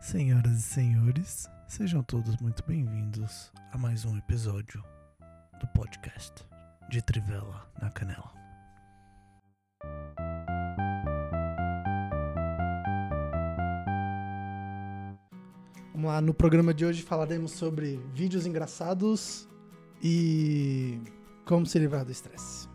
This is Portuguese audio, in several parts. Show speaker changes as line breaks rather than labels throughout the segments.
Senhoras e senhores, sejam todos muito bem-vindos a mais um episódio do podcast de Trivela na Canela.
Vamos lá, no programa de hoje falaremos sobre vídeos engraçados e como se livrar do estresse.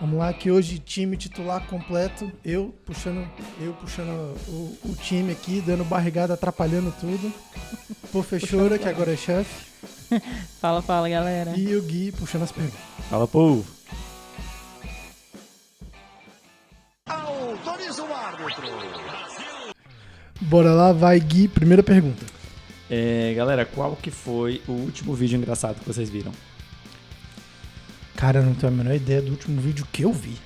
Vamos lá, que hoje time titular completo, eu puxando, eu puxando o, o time aqui, dando barrigada, atrapalhando tudo. Professora, que agora é chefe,
Fala, fala, galera.
e o Gui puxando as perguntas.
Fala, povo.
Bora lá, vai Gui, primeira pergunta.
É, galera, qual que foi o último vídeo engraçado que vocês viram?
Cara, eu não tenho a menor ideia do último vídeo que eu vi.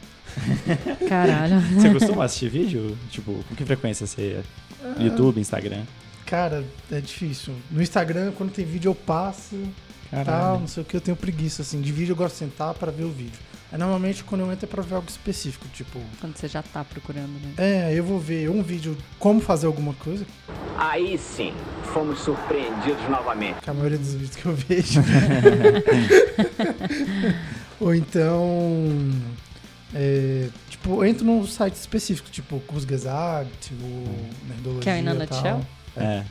Caralho.
Você costuma assistir vídeo? Tipo, com que frequência você...
Ah.
YouTube, Instagram?
Cara, é difícil. No Instagram, quando tem vídeo, eu passo, tal, não sei o que, eu tenho preguiça, assim. De vídeo eu gosto de sentar pra ver o vídeo. Aí, normalmente, quando eu entro é pra ver algo específico, tipo...
Quando você já tá procurando, né?
É, eu vou ver um vídeo como fazer alguma coisa,
Aí sim, fomos surpreendidos novamente.
que é a maioria dos vídeos que eu vejo. Ou então... é, tipo, eu entro num site específico, tipo Kuzgesagt, o Nerdologia
Que é o In a
e tal,
Nutshell?
É.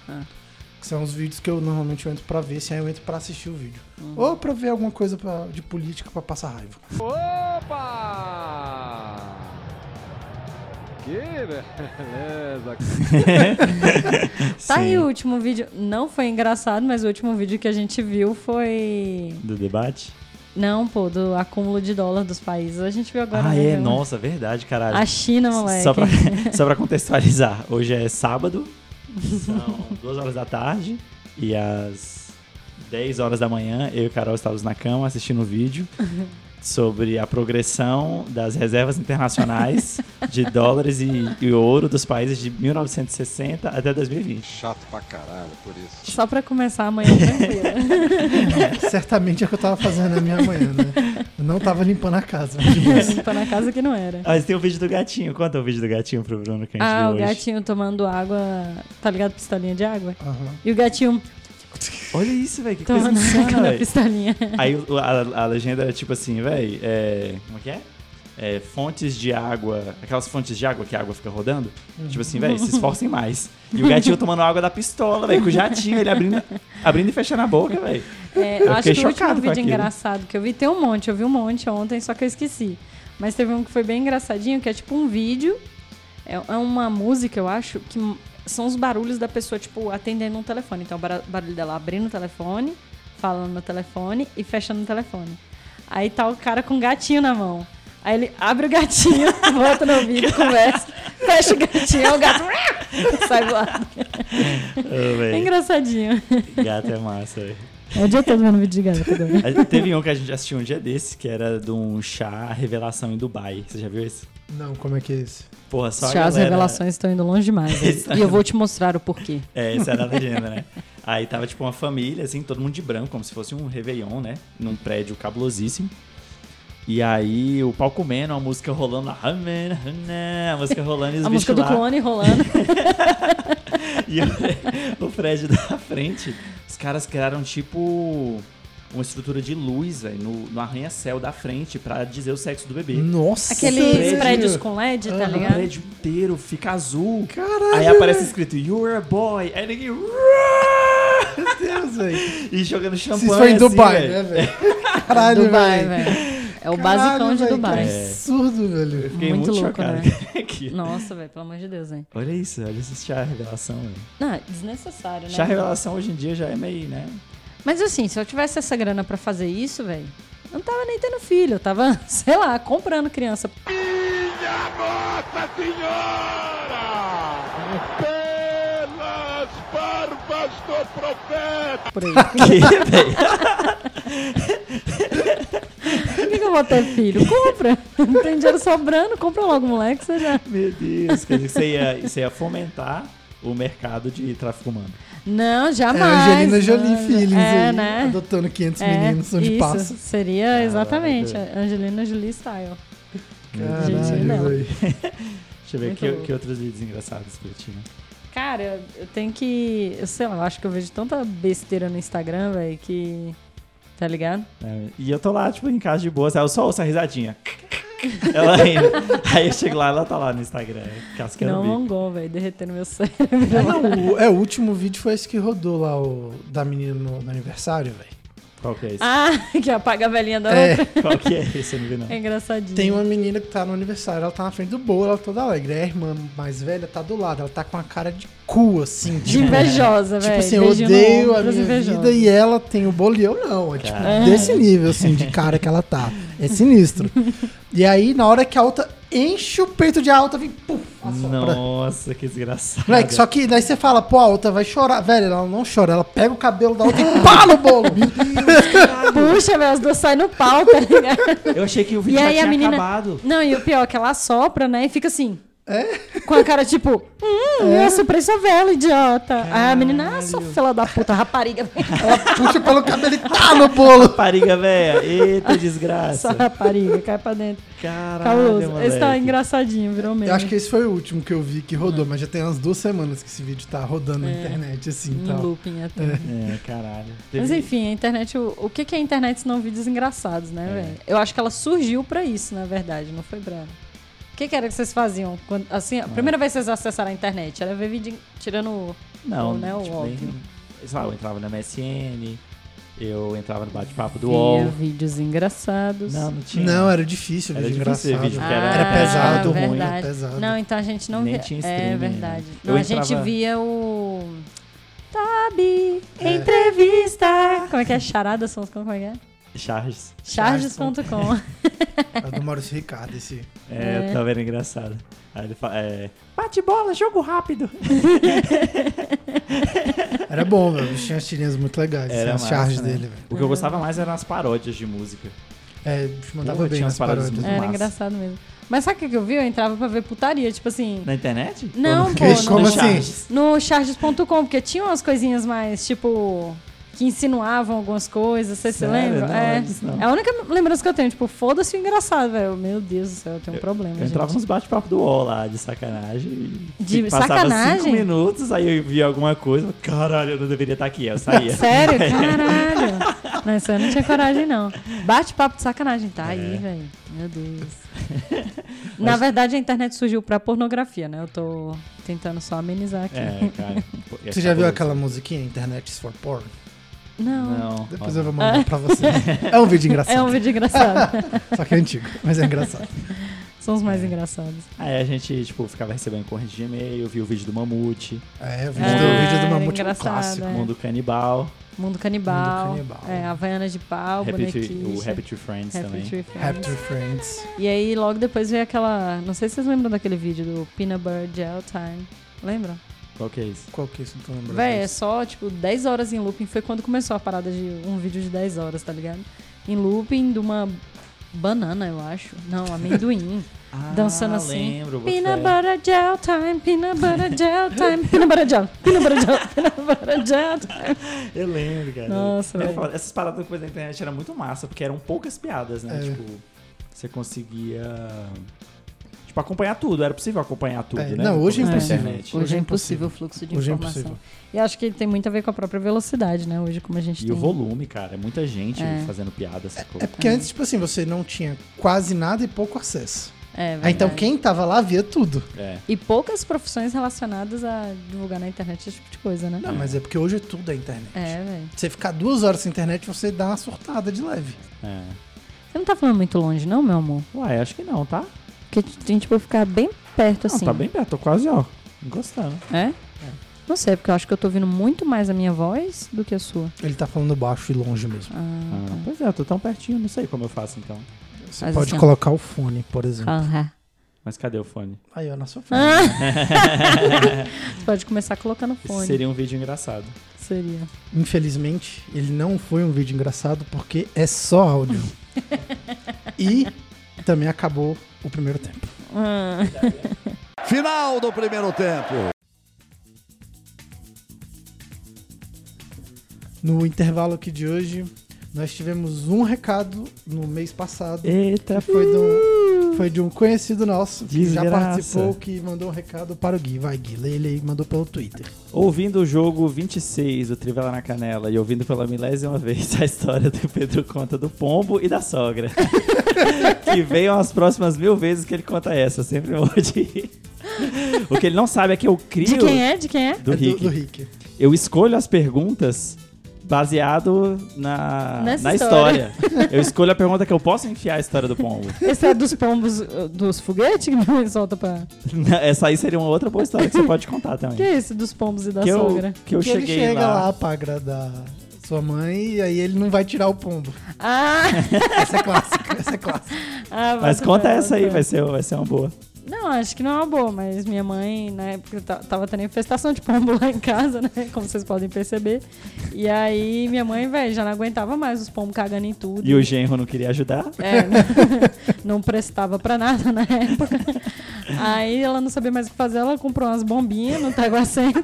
Que são os vídeos que eu normalmente eu entro pra ver, se aí eu entro pra assistir o vídeo.
Hum.
Ou pra ver alguma coisa pra- de política pra passar raiva.
Opa! Que beleza!
Tá aí
Sim.
o último vídeo. Não foi engraçado, mas o último vídeo que a gente viu foi.
Do debate?
Não, pô, do acúmulo de dólar dos países. A gente viu agora.
ah,
né,
é?
meu?
Nossa, verdade, caralho.
A China, moleque.
Só pra, só pra contextualizar, hoje é sábado, são duas horas da tarde e às 10 horas da manhã eu e Carol estávamos na cama assistindo um vídeo sobre a progressão das reservas internacionais de dólares e, e ouro dos países de 1960 até 2020.
Chato pra caralho por isso.
Só pra começar amanhã tranquila.
Certamente é o que eu tava fazendo na minha manhã, né? Eu não tava limpando a casa. mas-
Limpar na casa que não era.
Mas tem o vídeo do gatinho, conta o vídeo do gatinho pro Bruno que a Ah, gente
Ah,
viu
o
hoje.
gatinho tomando água. Tá ligado? Pistolinha de água?
Aham.
E o gatinho
Olha isso, velho, que coisa
tomando água
insana,
na
velho.
pistolinha.
Aí o- a, a legenda era tipo assim, véi, é, como é que é? É, fontes de água, aquelas fontes de água que a água fica rodando. Tipo assim, véi, se esforcem mais. E o gatinho tomando água da pistola, véi, com o jatinho, ele abrindo, abrindo e fechando a boca, véi.
É,
Eu
eu acho
fiquei
que o último
chocado com
vídeo
aquilo.
engraçado que eu vi tem um monte, eu vi um monte ontem, só que eu esqueci. Mas teve um que foi bem engraçadinho, que é tipo um vídeo, é, é uma música, eu acho, que m- são os barulhos da pessoa, tipo, atendendo um telefone. Então, o bara- barulho dela abrindo o telefone, falando no telefone e fechando o telefone. Aí tá o cara com um gatinho na mão. Aí ele abre o gatinho, volta no vídeo, conversa, fecha o gatinho, aí o gato sai voando.
Ô,
É
véi,
engraçadinho.
gato é massa, véi.
É o dia todo vendo vídeo de gato agora.
Aí Teve um que a gente assistiu um dia desse, que era de um chá revelação em Dubai. Você já viu esse?
Não, como é que é esse?
Porra, só a
Já as
galera-
revelações estão indo longe demais. né? e eu vou te mostrar o porquê.
É, essa era a legenda, né? Aí tava tipo uma família, assim, todo mundo de branco, como se fosse um Réveillon, né? Num prédio cabulosíssimo. E aí o pau comendo, a música rolando lá. "Amen, amen", A música rolando e os
A música
bichos
do
lá.
clone rolando.
E o, o prédio da frente, os caras criaram tipo uma estrutura de luz, velho, no, no arranha-céu da frente pra dizer o sexo do bebê.
Nossa!
Aqueles
Prédio.
prédios com LED, Hum, tá
Aham.
O
ligado?
prédio inteiro fica azul. Aí aparece escrito, You're a boy. Aí ninguém.
Meu Deus, velho.
E jogando champanhe.
Se isso foi em
assim,
Dubai,
velho.
né, velho? Caralho,
Dubai,
velho.
velho. É o
Caralho,
basicão de
velho,
Dubai.
Que absurdo, velho.
Eu fiquei
Muito
muito,
louco,
chocado. que-
Nossa, velho, pelo amor de Deus, hein?
Olha isso, olha esse chá revelação. velho.
Não, é desnecessário, né?
Chá revelação hoje em dia já é meio, né?
Mas assim, se eu tivesse essa grana pra fazer isso, velho, eu não tava nem tendo filho, eu tava, sei lá, comprando criança.
Nossa Senhora! Pelas barbas do profeta!
Por aí.
Que, velho?
Por que, que eu vou ter filho? Compra! Não tem dinheiro sobrando, compra logo, moleque, você já.
Meu Deus, quer dizer que você ia, você ia fomentar o mercado de tráfico humano.
Não,
É,
jamais.
Angelina Jolie
não.
Feelings
é,
aí,
né?
adotando 500
É,
meninos são de
isso,
passo.
Seria exatamente a Angelina Jolie style.
Caralho,
Gente, não.
velho.
Deixa eu ver
Muito
que,
louco.
que outros vídeos engraçados pra ti, né?
Cara, eu tenho que. Eu sei lá, eu acho que eu vejo tanta besteira no Instagram, velho, que. Tá ligado?
É, E eu tô lá, tipo, em casa de boas, aí eu só ouço a risadinha. Ela rindo. Aí eu chego lá, ela tá lá no Instagram, cascando
não,
o bico.
Mongon, velho, derretendo meu cérebro.
É, não, o, é, o último vídeo foi esse que rodou lá, o da menina no, no aniversário, velho.
Qual que é esse?
Ah, que apaga a velhinha da
É.
outra.
Qual que é esse? Eu não vi, não.
É engraçadinho.
Tem uma menina que tá no aniversário, ela tá na frente do bolo, ela toda alegre. Aí A irmã mais velha tá do lado, ela tá com a cara de cu, assim.
De
Tipo,
invejosa,
tipo
velho.
assim, eu
Beijinho no
odeio
ombro
a
pras
minha
invejosas.
vida e ela tem o bolo e eu não. É tipo,
Caralho.
desse nível, assim, de cara que ela tá. É sinistro. E aí, na hora que a alta enche o peito de alta, vem, puf, assopra.
Nossa, que desgraçado.
Moleque, só que daí você fala, pô, a outra vai chorar. Velho, ela não chora, ela pega o cabelo da outra e pá no bolo.
Puxa, velho, as duas saem no pau, tá ligado?
Eu achei que o
E
vídeo já
aí
tinha
a menina.
acabado.
Não, e o pior é que ela sopra, né? E fica assim.
É?
Com a cara tipo, hum, eu soprei sua vela, idiota. Aí a menina, ah, sua fela da puta, rapariga.
Ela puxa pelo cabelo e tá no bolo.
Pariga, velha. Eita,
Só
desgraça.
rapariga, cai pra dentro.
Caralho,
Cabuloso. Esse tá
moleque.
engraçadinho, virou mesmo.
Eu acho que é esse foi o último que eu vi que rodou, mas já tem umas duas semanas que esse vídeo tá rodando na internet, assim,
Em
tal.
looping até.
É, caralho.
Mas
Teve-
enfim, a internet, o, o que, que é a internet se não vídeos engraçados, né,
É.
velho? Eu acho que ela surgiu pra isso, na verdade, não foi pra. O que, que era que vocês faziam? Quando, assim,
Ah.
a primeira vez que vocês acessaram a internet era ver vídeo em- tirando o.
Não,
Ou, né, o
tipo,
óbvio.
nem- sei lá, eu entrava na MSN, eu entrava no bate-papo do
Via
UOL.
vídeos engraçados.
Não, não tinha.
Não, era difícil,
Era
vídeo
difícil ver
engraçado.
vídeo, porque
era pesado,
ruim,
verdade.
era pesado.
Não, então a gente não
Nem
via.
tinha
é
streaming,
verdade.
né?
Não,
Eu
a gente
entrava-
via o. Tabi,
É.
entrevista. Como é que é? Charadas? Como é que é?
Charges.
Charges.com.
Era do Maurício Ricardo, esse.
É, tava vendo engraçado. Aí ele fala, é, bate bola, jogo rápido.
Era bom, velho. Tinha as tirinhas muito legais, assim,
Era
as
massa,
charges
né?
dele, velho.
O que
É.
eu gostava mais eram as paródias de música.
É, te mandava
Porra,
bem
tinha
nas
umas paradas
paródias.
muito
Era
Massa.
engraçado mesmo. Mas sabe o que que eu vi? Eu entrava pra ver putaria, tipo assim.
Na internet?
Não, pô,
Como
no,
assim?
Charges.
no charges.com, porque tinha umas coisinhas mais, tipo, que insinuavam algumas coisas, vocês se
Sério?
lembram?
Não,
é.
antes não.
É a única lembrança que eu tenho, tipo, foda-se o engraçado, velho. Meu Deus do céu, eu tenho um problema,
Eu entrava
gente.
nos bate-papo do UOL lá, de sacanagem. e
De
passava
sacanagem?
cinco minutos, aí eu via alguma coisa, eu, caralho, eu não deveria estar aqui, aí eu saía.
Sério? Caralho. Não, isso eu não tinha coragem, não. Bate-papo de sacanagem, tá
É.
aí, velho. Meu Deus. Na verdade, a internet surgiu pra pornografia, né? Eu tô tentando só amenizar aqui.
É, cara. pô, é
Você já viu
cabuloso.
aquela musiquinha, Internet is for Porn?
Não.
Não.
Depois eu vou mandar pra você. É um vídeo engraçado.
É um vídeo engraçado.
Só que é antigo, mas é engraçado.
São os mais engraçados.
Aí a gente, tipo, ficava recebendo corrente de e-mail, viu o vídeo do Mamute,
É, o vídeo,
Ah,
do, o vídeo do
era
Mamute é um
engraçado,
clássico.
É.
Mundo Canibal,
Mundo Canibal.
Mundo Canibal.
É, Havaianas de Pau,
Happy Tree-
Bonequicha.
o Happy Tree Friends
Happy
também.
Tree Friends.
Happy Tree Friends.
E aí, logo depois veio aquela... Não sei se vocês lembram daquele vídeo do Peanut Butter Gel Time. Lembram?
Qual que é isso?
Qual que é isso? Não tô lembrando.
Véi, é só, tipo, 10 horas em looping. Foi quando começou a parada de um vídeo de 10 horas, tá ligado? Em looping de uma banana, eu acho. Não, amendoim. Dançando
ah,
assim.
lembro, você.
Peanut butter gel time, peanut butter gel time, peanut butter gel, peanut butter gel, peanut butter gel time.
Eu lembro, cara.
Nossa,
Era
É.
velho.
é foda. Essas paradas depois da internet eram muito massa, porque eram poucas piadas, né?
É.
Tipo, você conseguia. Tipo, acompanhar tudo, era possível acompanhar tudo,
É,
né?
não,
No
hoje é
começo da
impossível.
internet.
Hoje
Hoje
é
é impossível o fluxo de
Hoje é
informação.
impossível.
e acho que ele tem muito a ver com a própria velocidade, né? Hoje, como a gente
E
tem.
o volume, cara, é muita gente
É.
fazendo piada, sacou?
É porque antes, tipo assim, você não tinha quase nada e pouco acesso.
É,
Ah, então
verdade.
quem tava lá via tudo.
É.
E poucas profissões relacionadas a divulgar na internet esse tipo de coisa, né?
Não, mas é porque hoje é tudo é internet.
É, velho.
Você ficar duas horas sem internet, você dá uma surtada de leve.
é.
Você não tá falando muito longe, não, meu amor?
Uai, acho que não, tá? Não,
Porque a gente vai ficar bem perto, assim.
tá bem perto, tô quase, ó. Encostando.
É? Não sei, porque eu acho que eu tô ouvindo muito mais a minha voz do que a sua.
Ele tá falando baixo e longe mesmo.
Ah,
tá.
Ah, pois é, eu tô tão pertinho, não sei como eu faço então.
Você
Faz
pode
assim, ó.
colocar o fone, por exemplo.
ah.
Mas cadê o fone?
Aí, ó, na sua frente.
Você pode começar colocando
Esse
fone.
seria um vídeo engraçado.
Seria.
Infelizmente, ele não foi um vídeo engraçado porque é só áudio. e também acabou o primeiro tempo.
Ah.
Final do primeiro tempo.
No intervalo aqui de hoje, nós tivemos um recado no mês passado.
Eita,
Foi do, Foi de um conhecido nosso que já
Desgraça.
participou, que mandou um recado para o Gui. Vai, Gui, lê ele aí, mandou pelo Twitter.
Ouvindo o jogo 26 do Trivela na Canela e ouvindo pela milésima vez a história do Pedro conta do pombo e da sogra. que venham as próximas mil vezes que ele conta essa, sempre vou de rir. O que ele não sabe é que eu crio
De quem é? De quem é?
do
É
Rick.
Do, do Rick.
Eu escolho as perguntas baseado na,
Nessa
na história. eu escolho a pergunta que eu posso enfiar a história do pombo.
Esse é dos pombos uh, dos foguetes que minha mãe solta pra.
Essa aí seria uma outra boa história que você pode contar também.
Que é esse dos pombos e da
Que eu,
sogra?
que eu
Que ele
cheguei
chega
lá.
lá, pra agradar sua mãe e aí ele não vai tirar o pombo.
Ah!
Essa é clássica, essa é clássica.
ah,
Mas
bota
conta
fé,
essa aí,
bota fé.
vai ser, vai ser uma boa.
Não, acho que não é uma boa, mas minha mãe, na época, ta- tava tendo infestação de pombo lá em casa, né? Como vocês podem perceber. E aí, minha mãe, velho, já não aguentava mais os pombos cagando em tudo.
E o genro não queria ajudar.
É, não- não prestava pra nada na época. Aí ela não sabia mais o que fazer, ela comprou umas bombinhas no Tagua Center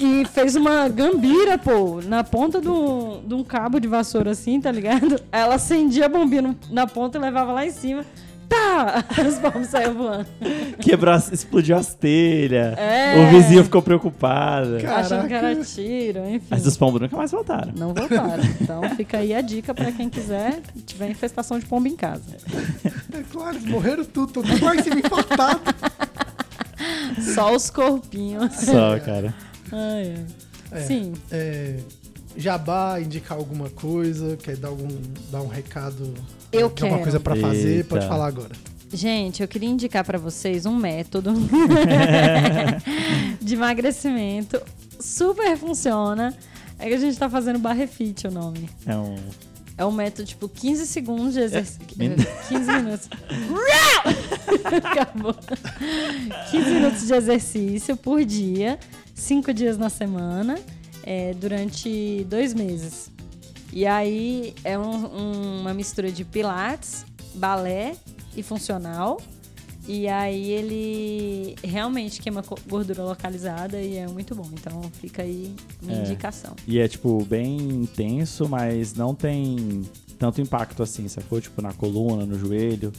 e fez uma gambira, pô, na ponta de um, de um cabo de vassoura assim, tá ligado? Aí Ela acendia a bombinha no- na ponta e levava lá em cima. Tá! Os bombos saíam voando.
Quebrou, as- explodiu as telhas.
É.
O vizinho ficou preocupado.
Achando que era tiro, enfim.
Mas os pombos nunca mais voltaram.
Não votaram. Então fica aí a dica pra quem quiser e tiver infestação de pombo em casa.
É claro, eles morreram tudo, todo mundo vai se me infartado.
Só os corpinhos.
Só, cara.
Ai, ai.
É.
Sim.
É, jabá, indicar alguma coisa, quer dar, algum, dar um recado,
Eu
tem alguma
quero.
coisa pra fazer,
Eita.
pode falar agora.
Gente, eu queria indicar pra vocês um método de emagrecimento. Super funciona. É que a gente tá fazendo barrefit o nome.
É um...
É um método tipo 15 segundos de exercício.
É, min-
15 minutos. Acabou. 15 minutos de exercício por dia, 5 dias na semana, é, durante dois meses. E aí é um- uma mistura de pilates, balé e funcional. E aí ele realmente queima co- gordura localizada e é muito bom. Então fica aí minha
É.
indicação.
E é, tipo, bem intenso, mas não tem tanto impacto assim, sacou? Tipo, na coluna, no joelho.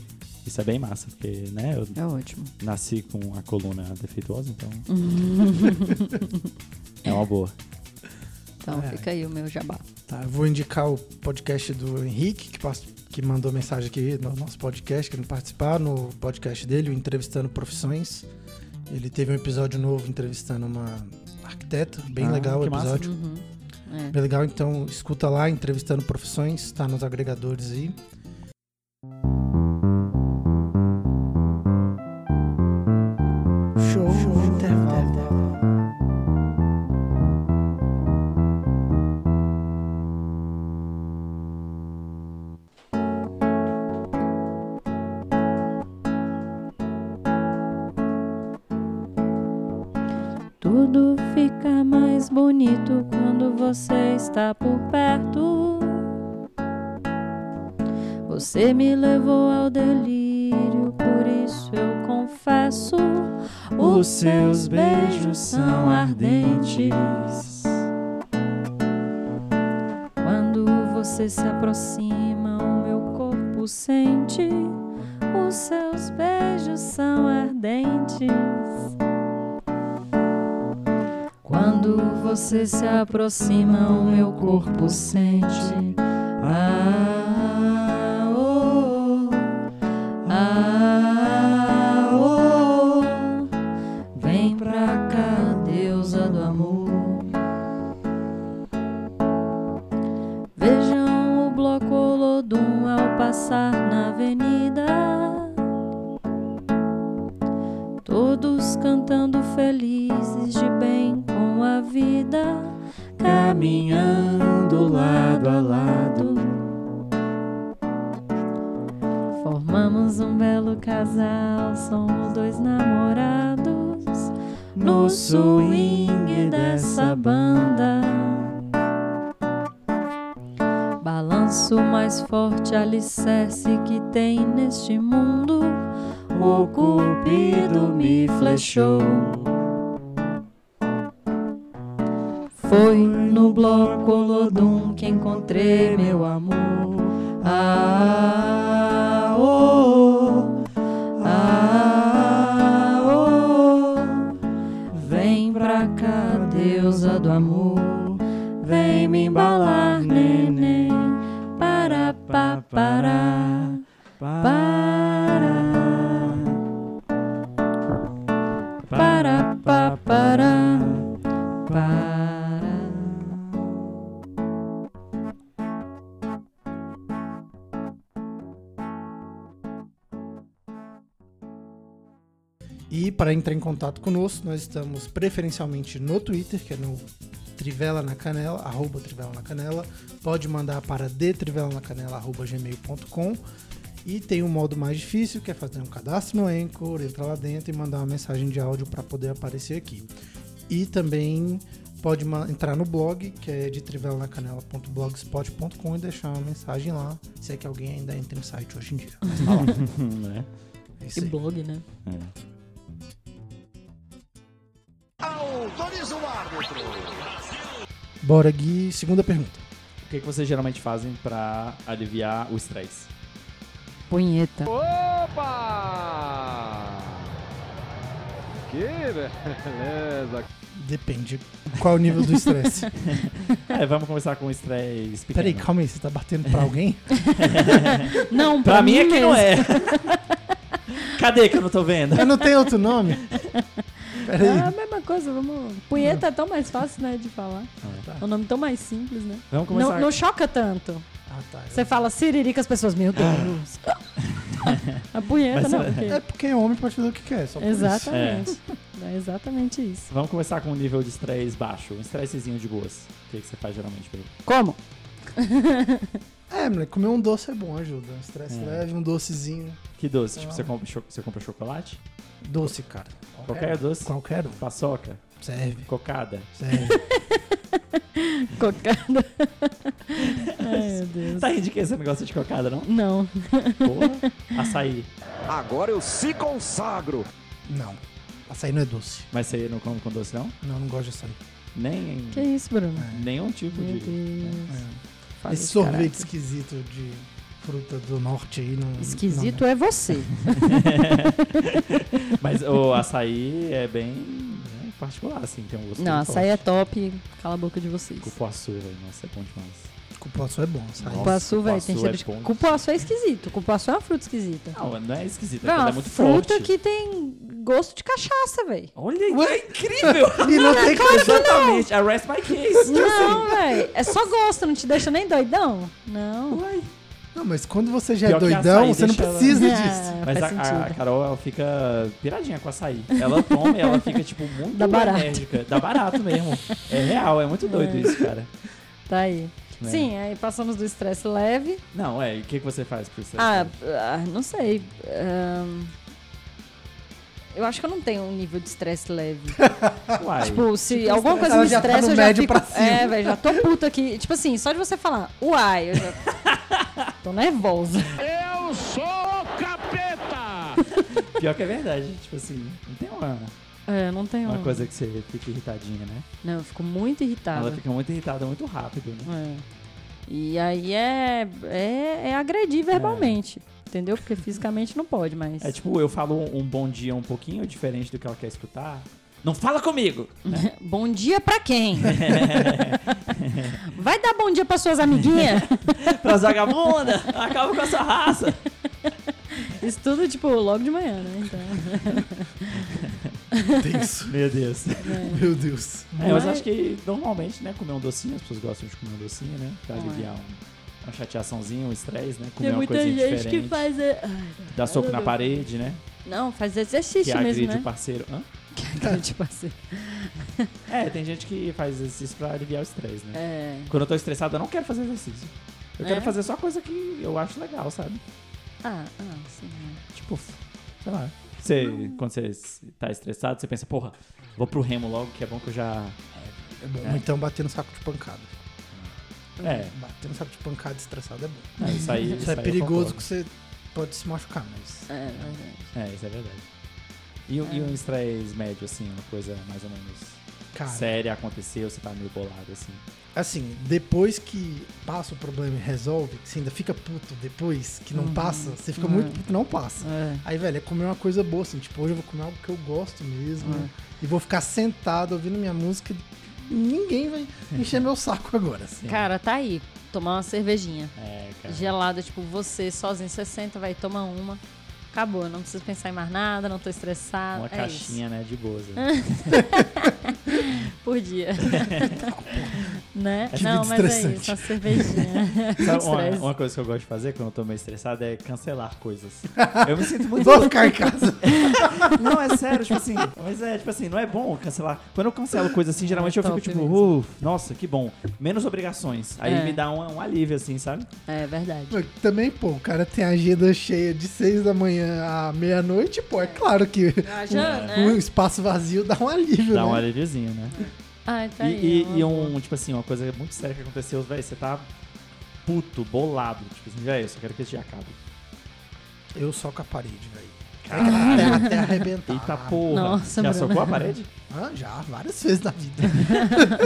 Isso é bem massa, porque, né, eu
É ótimo.
nasci com a coluna defeituosa, então... é uma boa.
Então
É.
fica aí o meu jabá.
Tá, eu vou indicar o podcast do Henrique, que, pass- que mandou mensagem aqui no nosso podcast, querendo participar, no podcast dele, o Entrevistando Profissões. Ele teve um episódio novo entrevistando uma arquiteta, bem
Ah,
legal o
que massa.
episódio.
Uhum. É.
Bem legal, então escuta lá, Entrevistando Profissões, tá nos agregadores aí. Show, intervalo.
Tudo fica mais bonito quando você está por perto. Você me levou ao delírio, por isso eu confesso. Os seus beijos são ardentes. Quando você se aproxima, o meu corpo sente. Os seus beijos são ardentes. Quando você se aproxima, o meu corpo sente. Ah, oh, ah, oh. Vem pra cá, deusa do amor. Vejam o bloco Olodum ao passar na avenida. Todos cantando felizes de bem com a vida, caminhando lado a lado. Formamos um belo casal, somos dois namorados no swing dessa banda. Balanço mais forte alicerce que tem neste mundo. O cupido me flechou. Foi no bloco Lodum que encontrei meu amor. Ah, oh, ah, oh. Para, pa, para, para.
E para entrar em contato conosco, nós estamos preferencialmente no Twitter, que é no Trivela na Canela, arroba Trivela na Canela. Pode mandar para detrivelanacanela, arroba gmail.com. E tem um modo mais difícil, que é fazer um cadastro no Anchor, entrar lá dentro e mandar uma mensagem de áudio para poder aparecer aqui. E também pode ma- entrar no blog, que é de trivellanacanela.blogspot.com e deixar uma mensagem lá, se é que alguém ainda entra no site hoje em dia. Mas tá lá.
né?
É isso
Que
aí.
blog, né?
Bora, Gui. Segunda pergunta.
O que, que vocês geralmente fazem pra aliviar o estresse?
Punheta.
Opa! Que beleza!
Depende qual o nível do estresse.
É, vamos começar com o estresse pequeno.
Peraí, calma aí, você tá batendo pra alguém?
Não, pra,
Pra mim é que não
mesmo.
é. Cadê que eu não tô vendo?
Eu não tenho outro nome.
É a
Peraí.
mesma coisa, vamos. Punheta é tão mais fácil, né, de falar. É um nome tão mais simples, né?
tá. Vamos começar.
Não, não choca tanto.
Ah, tá.
Você fala siririca, as pessoas, meu Deus. a punheta
Mas
não,
é-
porque...
É porque homem pode fazer o que quer, só por isso.
Exatamente. É exatamente isso.
Vamos começar com um nível de estresse baixo, um estressezinho de boas. O que, que você faz geralmente, Pedro?
Como?
É, moleque, comer um doce é bom, ajuda. Um estresse
É.
leve, um docezinho.
Que doce? Tipo,
Ah.
você compra, cho- você compra chocolate?
É.
Doce, cara.
Qualquer doce?
Qualquer um.
Paçoca?
Serve.
Cocada?
Serve.
Cocada. Ai, meu Deus.
Tá rindo de que você não gosta de cocada, não?
Não.
Porra. Açaí.
Agora eu se consagro!
não. Açaí não é doce.
Mas você não come com doce, não?
Não, não gosto de açaí.
Nem
Que isso, Bruno?
nenhum tipo
Meu
de...
Deus.
É.
Fala
Esse
de
sorvete
caralho.
esquisito de fruta do norte aí não.
Esquisito é você.
Mas o açaí é bem né, particular, assim, tem um gosto
Não,
bem
açaí
forte.
é top. Cala a boca de vocês.
Cupuaçu, velho, nossa, é bom demais.
Não. Cupuaçu é bom, açaí.
Nossa.
Cupuaçu, velho, tem
cupuaçu
cheiro
é
de...
bom.
Cupuaçu é esquisito. Cupuaçu é uma fruta esquisita.
Não, não é esquisito, é,
Não,
que ela
uma
é muito
fruta
forte.
que tem gosto de cachaça, velho.
Olha aí, é incrível!
E não tem que
Exatamente, arrest my case.
Não, velho. É só gosto, não te deixa nem doidão. Não.
Não, mas quando você já é
Pior que
doidão,
açaí
você não
deixa ela-
precisa disso.
Ah,
Mas
faz
a- a, a
sentido.
Carol, ela fica piradinha com açaí. Ela toma e ela fica, tipo, muito
Dá barato.
enérgica. Dá barato mesmo. É real, é muito doido isso, cara.
Tá aí.
Né?
Sim, aí passamos do estresse leve.
Não, é, e o que, que você faz por isso?
Ah, ah, não sei. ahn, eu acho que eu não tenho um nível de estresse leve.
Uai,
Tipo, se alguma coisa
Ela
me
já tá
estressa,
no
eu já
médio
fico...
pra cima.
É, velho, já tô puta aqui. Tipo assim, só de você falar, uai, eu já... tô nervosa.
Eu sou o capeta!
pior que é verdade. Tipo assim, não tem uma,
É, não tenho...
uma coisa que você fica irritadinha, né?
Não, eu fico muito irritada.
Ela fica muito irritada muito rápido, né?
É. E aí é, é, é agredir verbalmente, entendeu? Porque fisicamente não pode, mas...
É tipo, eu falo um bom dia um pouquinho diferente do que ela quer escutar. Não fala comigo! né?
Bom dia pra quem? Vai dar bom dia pra suas amiguinhas?
Pras vagabundas! Acaba com essa raça!
Isso tudo, tipo, logo de manhã, né? Então,
Tenso.
Meu Deus.
Meu Deus.
É, mas
Mas-
acho que normalmente, né, comer um docinho, as pessoas gostam de comer um docinho, né? Pra aliviar um- uma chateaçãozinha, um estresse, né?
é.
Comer
tem
uma
muita
coisinha
gente
diferente.
que faz... é,
Dá soco na parede, né?
Não, faz
Que
exercício
agride
mesmo, né?
o parceiro. Hã?
Que agride o parceiro.
É, tem gente que faz exercício pra aliviar o estresse, né?
É.
Quando eu tô estressado, eu não quero fazer exercício. Eu
É?
quero fazer só coisa que eu acho legal, sabe?
Ah, ah, sim. né?
Tipo, sei lá. Você, quando você s- tá estressado, você pensa, porra, vou pro remo logo, que é bom que eu já.
É bom,
É.
então bater no saco de pancada.
É,
Bater no saco de pancada estressado é bom.
não, isso aí.
Isso é
aí eu
perigoso
concordo.
que você pode se machucar, mas.
É, verdade.
É, isso é verdade. E, o- e
É.
um estresse médio, assim, uma coisa mais ou menos
Cara,
séria aconteceu, você tá meio bolado, assim.
assim, depois que passa o problema e resolve, que você ainda fica puto depois, que não passa, você fica muito puto, não passa.
É.
Aí, velho, é comer uma coisa boa, assim, tipo, hoje eu vou comer algo que eu gosto mesmo. E vou ficar sentado ouvindo minha música. e Ninguém vai encher meu saco agora, assim.
Cara, tá aí. Tomar uma cervejinha
É, cara.
gelada, tipo, você sozinho, você senta, vai tomar uma. Acabou, não preciso pensar em mais nada, não tô estressado.
Uma
é
caixinha, né, de boas.
isso, por dia. né?
tipo
Que
Não,
vida
mas é
estressante.
isso, uma cervejinha.
Sabe uma,
Estresse.
uma coisa que eu gosto de fazer quando eu tô meio estressado é cancelar coisas. Eu me sinto muito.
Vou ficar em casa.
Não, é sério, tipo assim. Mas é, tipo assim, não é bom cancelar. Quando eu cancelo coisa assim, geralmente
É
eu fico
top
tipo,
mesmo.
"Uf, nossa, que bom. Menos obrigações. Aí
É.
me dá um, um alívio, assim, sabe?
É verdade.
Mas Também, pô, o cara tem a agenda cheia de seis da manhã à meia-noite, pô, é claro que
Viajando,
o,
né?
o espaço vazio dá um
Uhum.
alívio,
Dá
né?
um alíviozinho, né?
Ai, tá aí.
E,
é uma
e- e
boa.
um, tipo assim, uma coisa muito séria que aconteceu, velho, você tá puto, bolado. Tipo assim, velho, eu só quero que esse dia acabe.
Eu só com a parede, velho. Até, até arrebentar.
Eita porra.
Nossa,
Já
Bruno.
socou a parede?
Ah, já, várias vezes na vida.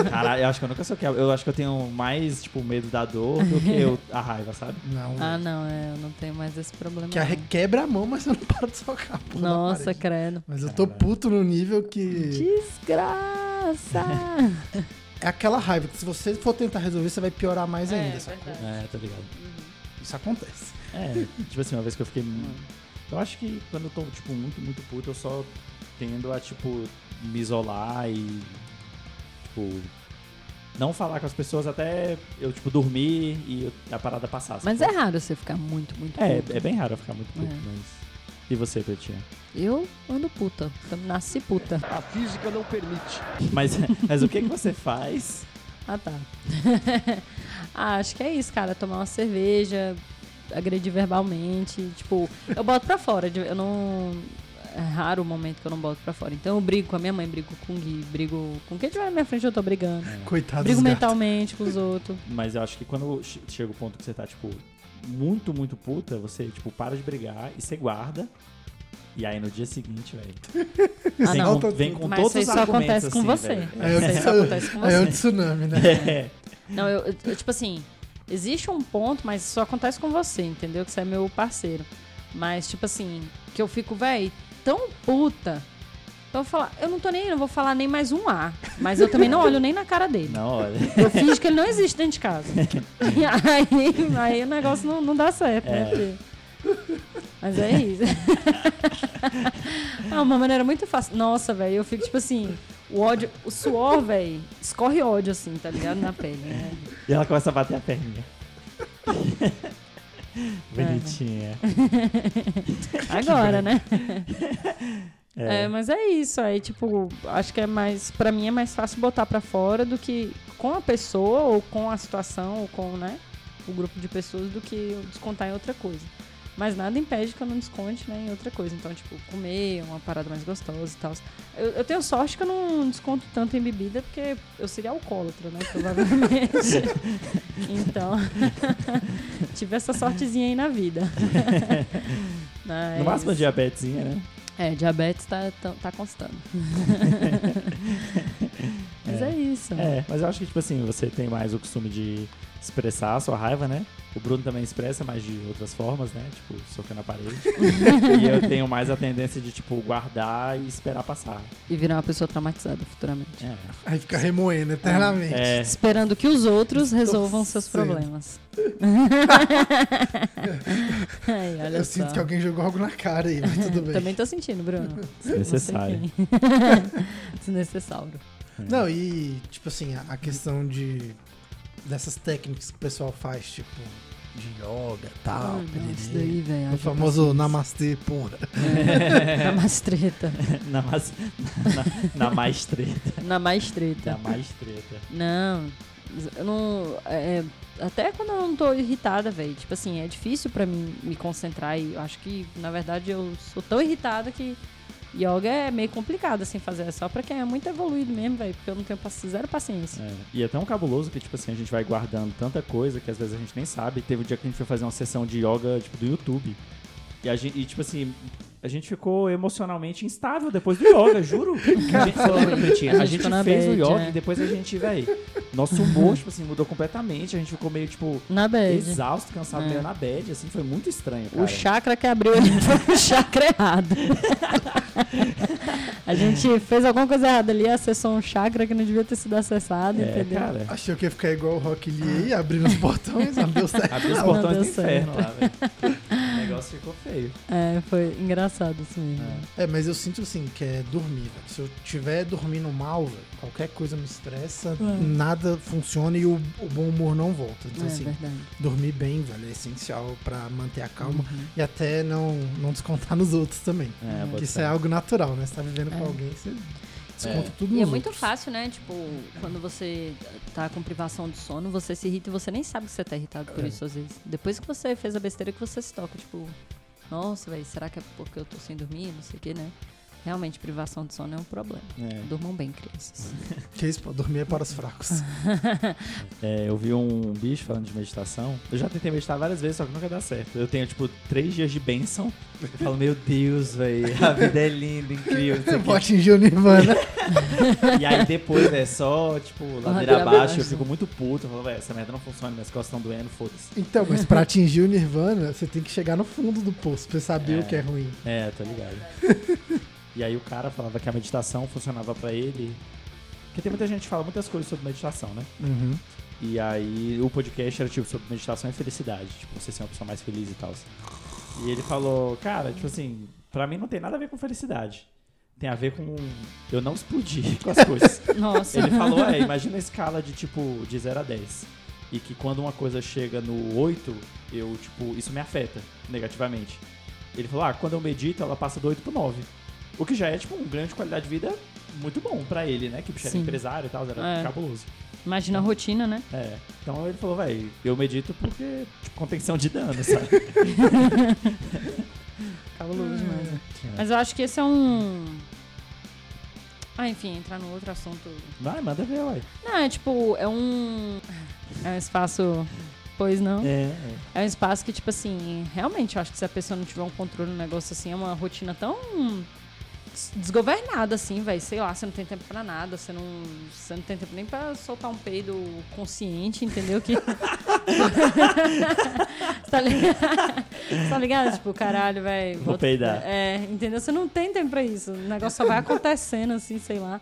Caralho, eu acho que eu nunca soquei. a- Eu acho que eu tenho mais, tipo, medo da dor do que eu- a raiva, sabe?
Não,
Ah, não, é, eu não tenho mais esse problema.
que
não.
arre- quebra a mão, mas eu não paro de socar a porra na
Nossa,
parede.
credo.
Mas eu tô puto no nível que...
Desgraça!
É aquela raiva que se você for tentar resolver, você vai piorar mais ainda, sacou?
verdade.
É, tá ligado.
Isso acontece.
É, tipo assim, uma vez que eu fiquei. mu- Eu acho que quando eu tô, tipo, muito, muito puto, eu só tendo a, tipo, me isolar e. Tipo. Não falar com as pessoas até eu, tipo, dormir e eu- a parada passar.
Mas é
sacou?
raro você ficar muito, muito puto.
É, é bem raro eu ficar muito puto,
É.
mas. E você, Petinha?
Eu ando puta. Eu nasci puta.
A física não permite.
Mas, mas o que, que você faz?
Ah, tá. ah, acho que é isso, cara. Tomar uma cerveja, agredir verbalmente. Tipo, eu boto pra fora. de- Eu não. É raro o momento que eu não boto pra fora. Então eu brigo com a minha mãe, brigo com o Gui, brigo com quem tiver na minha frente, eu tô brigando.
É.
Coitado
Brigo
dos gatos.
mentalmente com os outros.
Mas eu acho que quando che- chega o ponto que você tá, tipo, muito, muito puta, você, tipo, para de brigar e você guarda. E aí no dia seguinte, velho.
Ah,
vem
não.
com, vem com
Mas
todos
isso aí
os
só
argumentos.
acontece com
assim,
você.
velho.
É,
Isso aí só acontece com
É um
você.
tsunami, né?
É.
Não, eu, eu- eu, tipo assim, existe um ponto, mas isso só acontece com você, entendeu? Que você é meu parceiro. Mas, tipo assim, que eu fico, véi, tão puta. Então, Eu vou falar, eu não tô nem, aí, não vou falar nem mais um A. Mas eu também não olho nem na cara dele.
Não, olha.
Eu finge que ele não existe dentro de casa. E aí, aí o negócio não, não dá certo, né? filho? Mas é isso. ah, uma maneira muito fácil. Nossa, velho, eu fico tipo assim, o ódio, o suor, velho, escorre ódio assim, tá ligado? Na pele. né?
E ela começa a bater a perninha.
É,
Bonitinha.
Agora, né?
É.
É, mas é isso. Aí, tipo, acho que é mais. Pra mim é mais fácil botar pra fora do que com a pessoa, ou com a situação, ou com, né? O grupo de pessoas, do que eu descontar em outra coisa. Mas nada impede que eu não desconte, né, em outra coisa. Então, tipo, comer, uma parada mais gostosa e tal. Eu, eu tenho sorte que eu não desconto tanto em bebida, porque eu seria alcoólatra, né? Provavelmente. então, tive essa sortezinha aí na vida. Mas-
No máximo uma diabetezinha, né?
é, diabetes tá, tá, tá constando. Mas é, isso.
É, mas eu acho que, tipo assim, você tem mais o costume de expressar a sua raiva, né? O Bruno também expressa, mas de outras formas, né? Tipo, socando a parede. e eu tenho mais a tendência de, tipo, guardar e esperar passar.
E virar uma pessoa traumatizada futuramente.
É.
Aí fica remoendo eternamente.
É,
Esperando que os outros resolvam seus
sendo.
problemas. Ai, olha
Eu
só.
sinto que alguém jogou algo na cara aí, mas tudo bem.
Também tô sentindo, Bruno.
desnecessário.
Desnecessário.
Não, e tipo assim, a, a questão de dessas técnicas que o pessoal faz, tipo, de yoga e tal,
Ai, Hum, não,
pererê.
isso daí, velho.
o
ajuda
famoso namastê, porra.
bastante. Na mais treta.
na, mas- na, na mais treta.
Na mais
Na
treta.
mais treta.
Não, eu não. é, até quando eu não tô irritada, velho. Tipo assim, é difícil pra mim me concentrar e eu acho que, na verdade, eu sou tão irritada que yoga é meio complicado, assim, fazer. É só pra quem é muito evoluído mesmo, velho. Porque eu não tenho paci- zero paciência.
É. E é tão cabuloso que, tipo assim, a gente vai guardando tanta coisa que às vezes a gente nem sabe. Teve um dia que a gente foi fazer uma sessão de yoga, tipo, do YouTube. E, a gente, e, tipo assim, a gente ficou emocionalmente instável depois do yoga, juro. A gente, você lembra, Pretinha? A
A gente
gente
ficou na
fez o
bad,
yoga
é.
e depois a gente, véi, Nosso humor, tipo assim, mudou completamente. A gente ficou meio, tipo,
Na bad.
exausto, cansado,
É.
meio na bad, assim. Foi muito estranho, cara.
O chakra que abriu ali foi o chakra errado. a gente fez alguma coisa errada ali, acessou um chakra que não devia ter sido acessado,
É,
entendeu?
cara.
Achei que ia ficar igual o Rock Lee aí, abrindo os portões, não deu certo.
Abriu os
Não,
portões
deu
do inferno lá, velho. O negócio ficou feio.
É, foi engraçado isso mesmo.
É, mas eu sinto assim, que é dormir, velho. Se eu tiver dormindo mal, velho, qualquer coisa me estressa, nada funciona e o, o bom humor não volta. Então,
É,
assim,
verdade.
dormir bem, velho, é essencial pra manter a calma e até não, não descontar nos outros também.
É,
que
bota
isso
fé.
é algo natural, né? Você tá vivendo com
É.
alguém, você desconta tudo nos
E é muito
outros.
fácil, né? Tipo, quando você tá com privação de sono, você se irrita e você nem sabe que você tá irritado por isso às vezes. Depois que você fez a besteira que você se toca, tipo, nossa, velho, será que é porque eu tô sem dormir? Não sei o que, né? Realmente, privação de sono é um problema.
É.
Durmam bem, crianças.
Que isso, pô, dormir é para os fracos.
Ah.
É, eu vi um bicho falando de meditação. Eu já tentei meditar várias vezes, só que nunca dá certo. Eu tenho, tipo, três dias de bênção. Eu falo, meu Deus, velho, a vida é linda, incrível. não sei o quê.
Vou atingir o Nirvana.
E aí depois é só, tipo,
Ladeira
ladeira abaixo.
abaixo.
Eu fico muito puto. Eu falo, velho, essa merda não funciona, minhas costas estão doendo, foda-se.
Então, mas pra atingir o Nirvana, você tem que chegar no fundo do poço pra você saber
É.
o que é ruim.
É, tô ligado. e aí o cara falava que a meditação funcionava pra ele. Porque tem muita gente que fala muitas coisas sobre meditação, né?
Uhum.
E aí o podcast era tipo sobre meditação e felicidade, tipo, você ser uma pessoa mais feliz e tal. assim. E ele falou, cara, tipo assim, pra mim não tem nada a ver com felicidade. Tem a ver com eu não explodir com as coisas.
Nossa.
ele falou, é, imagina a escala de tipo de 0 a 10. E que quando uma coisa chega no 8, eu, tipo, isso me afeta negativamente. Ele falou, ah, quando eu medito, ela passa do 8 pro 9. O que já é, tipo, um grande qualidade de vida muito bom pra ele, né? Que bicho era
Sim.
empresário e tal, era
É.
cabuloso.
Imagina a rotina, né?
É, então ele falou, velho, eu medito porque, tipo, contenção de dano, sabe?
Cabuloso demais. Né? Mas eu acho que esse é um. Ah, enfim, entrar no outro assunto
Vai, manda ver, uai.
Não, é tipo, é um. É um espaço. Pois não.
É,
É um espaço que, tipo assim, realmente, eu acho que se a pessoa não tiver um controle no negócio assim, é uma rotina tão des- desgovernada, assim, velho. Sei lá, você não tem tempo pra nada, você não. Você não tem tempo nem pra soltar um peido consciente, entendeu? Que. tá ligado? tá ligado? Tipo, caralho, velho.
Vou peidar.
É, entendeu? Você não tem tempo pra isso. O negócio só vai acontecendo, assim, sei lá.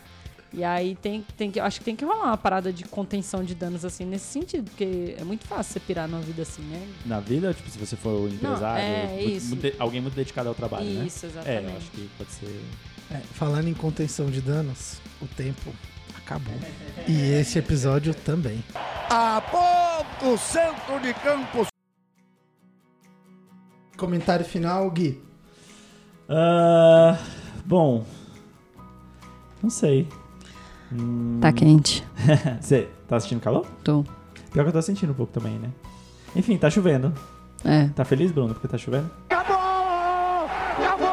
E aí tem, tem que, eu acho que tem que rolar uma parada de contenção de danos, assim, nesse sentido, porque é muito fácil você pirar numa vida assim, né?
Na vida, tipo, se você for um empresário,
é
muito-
isso.
muito de- alguém muito dedicado ao trabalho, né?
Isso,
É, eu
exatamente.
acho que pode ser.
É, falando em contenção de danos, o tempo acabou. E esse episódio também.
Aponta o centro de campo.
Comentário final, Gui.
Ah, bom. Não sei.
Tá quente.
Hum. Você tá assistindo calor?
Tô.
Pior que eu tô sentindo um pouco também, né? Enfim, tá chovendo.
É.
Tá feliz, Bruno, porque tá chovendo?
Acabou! Acabou!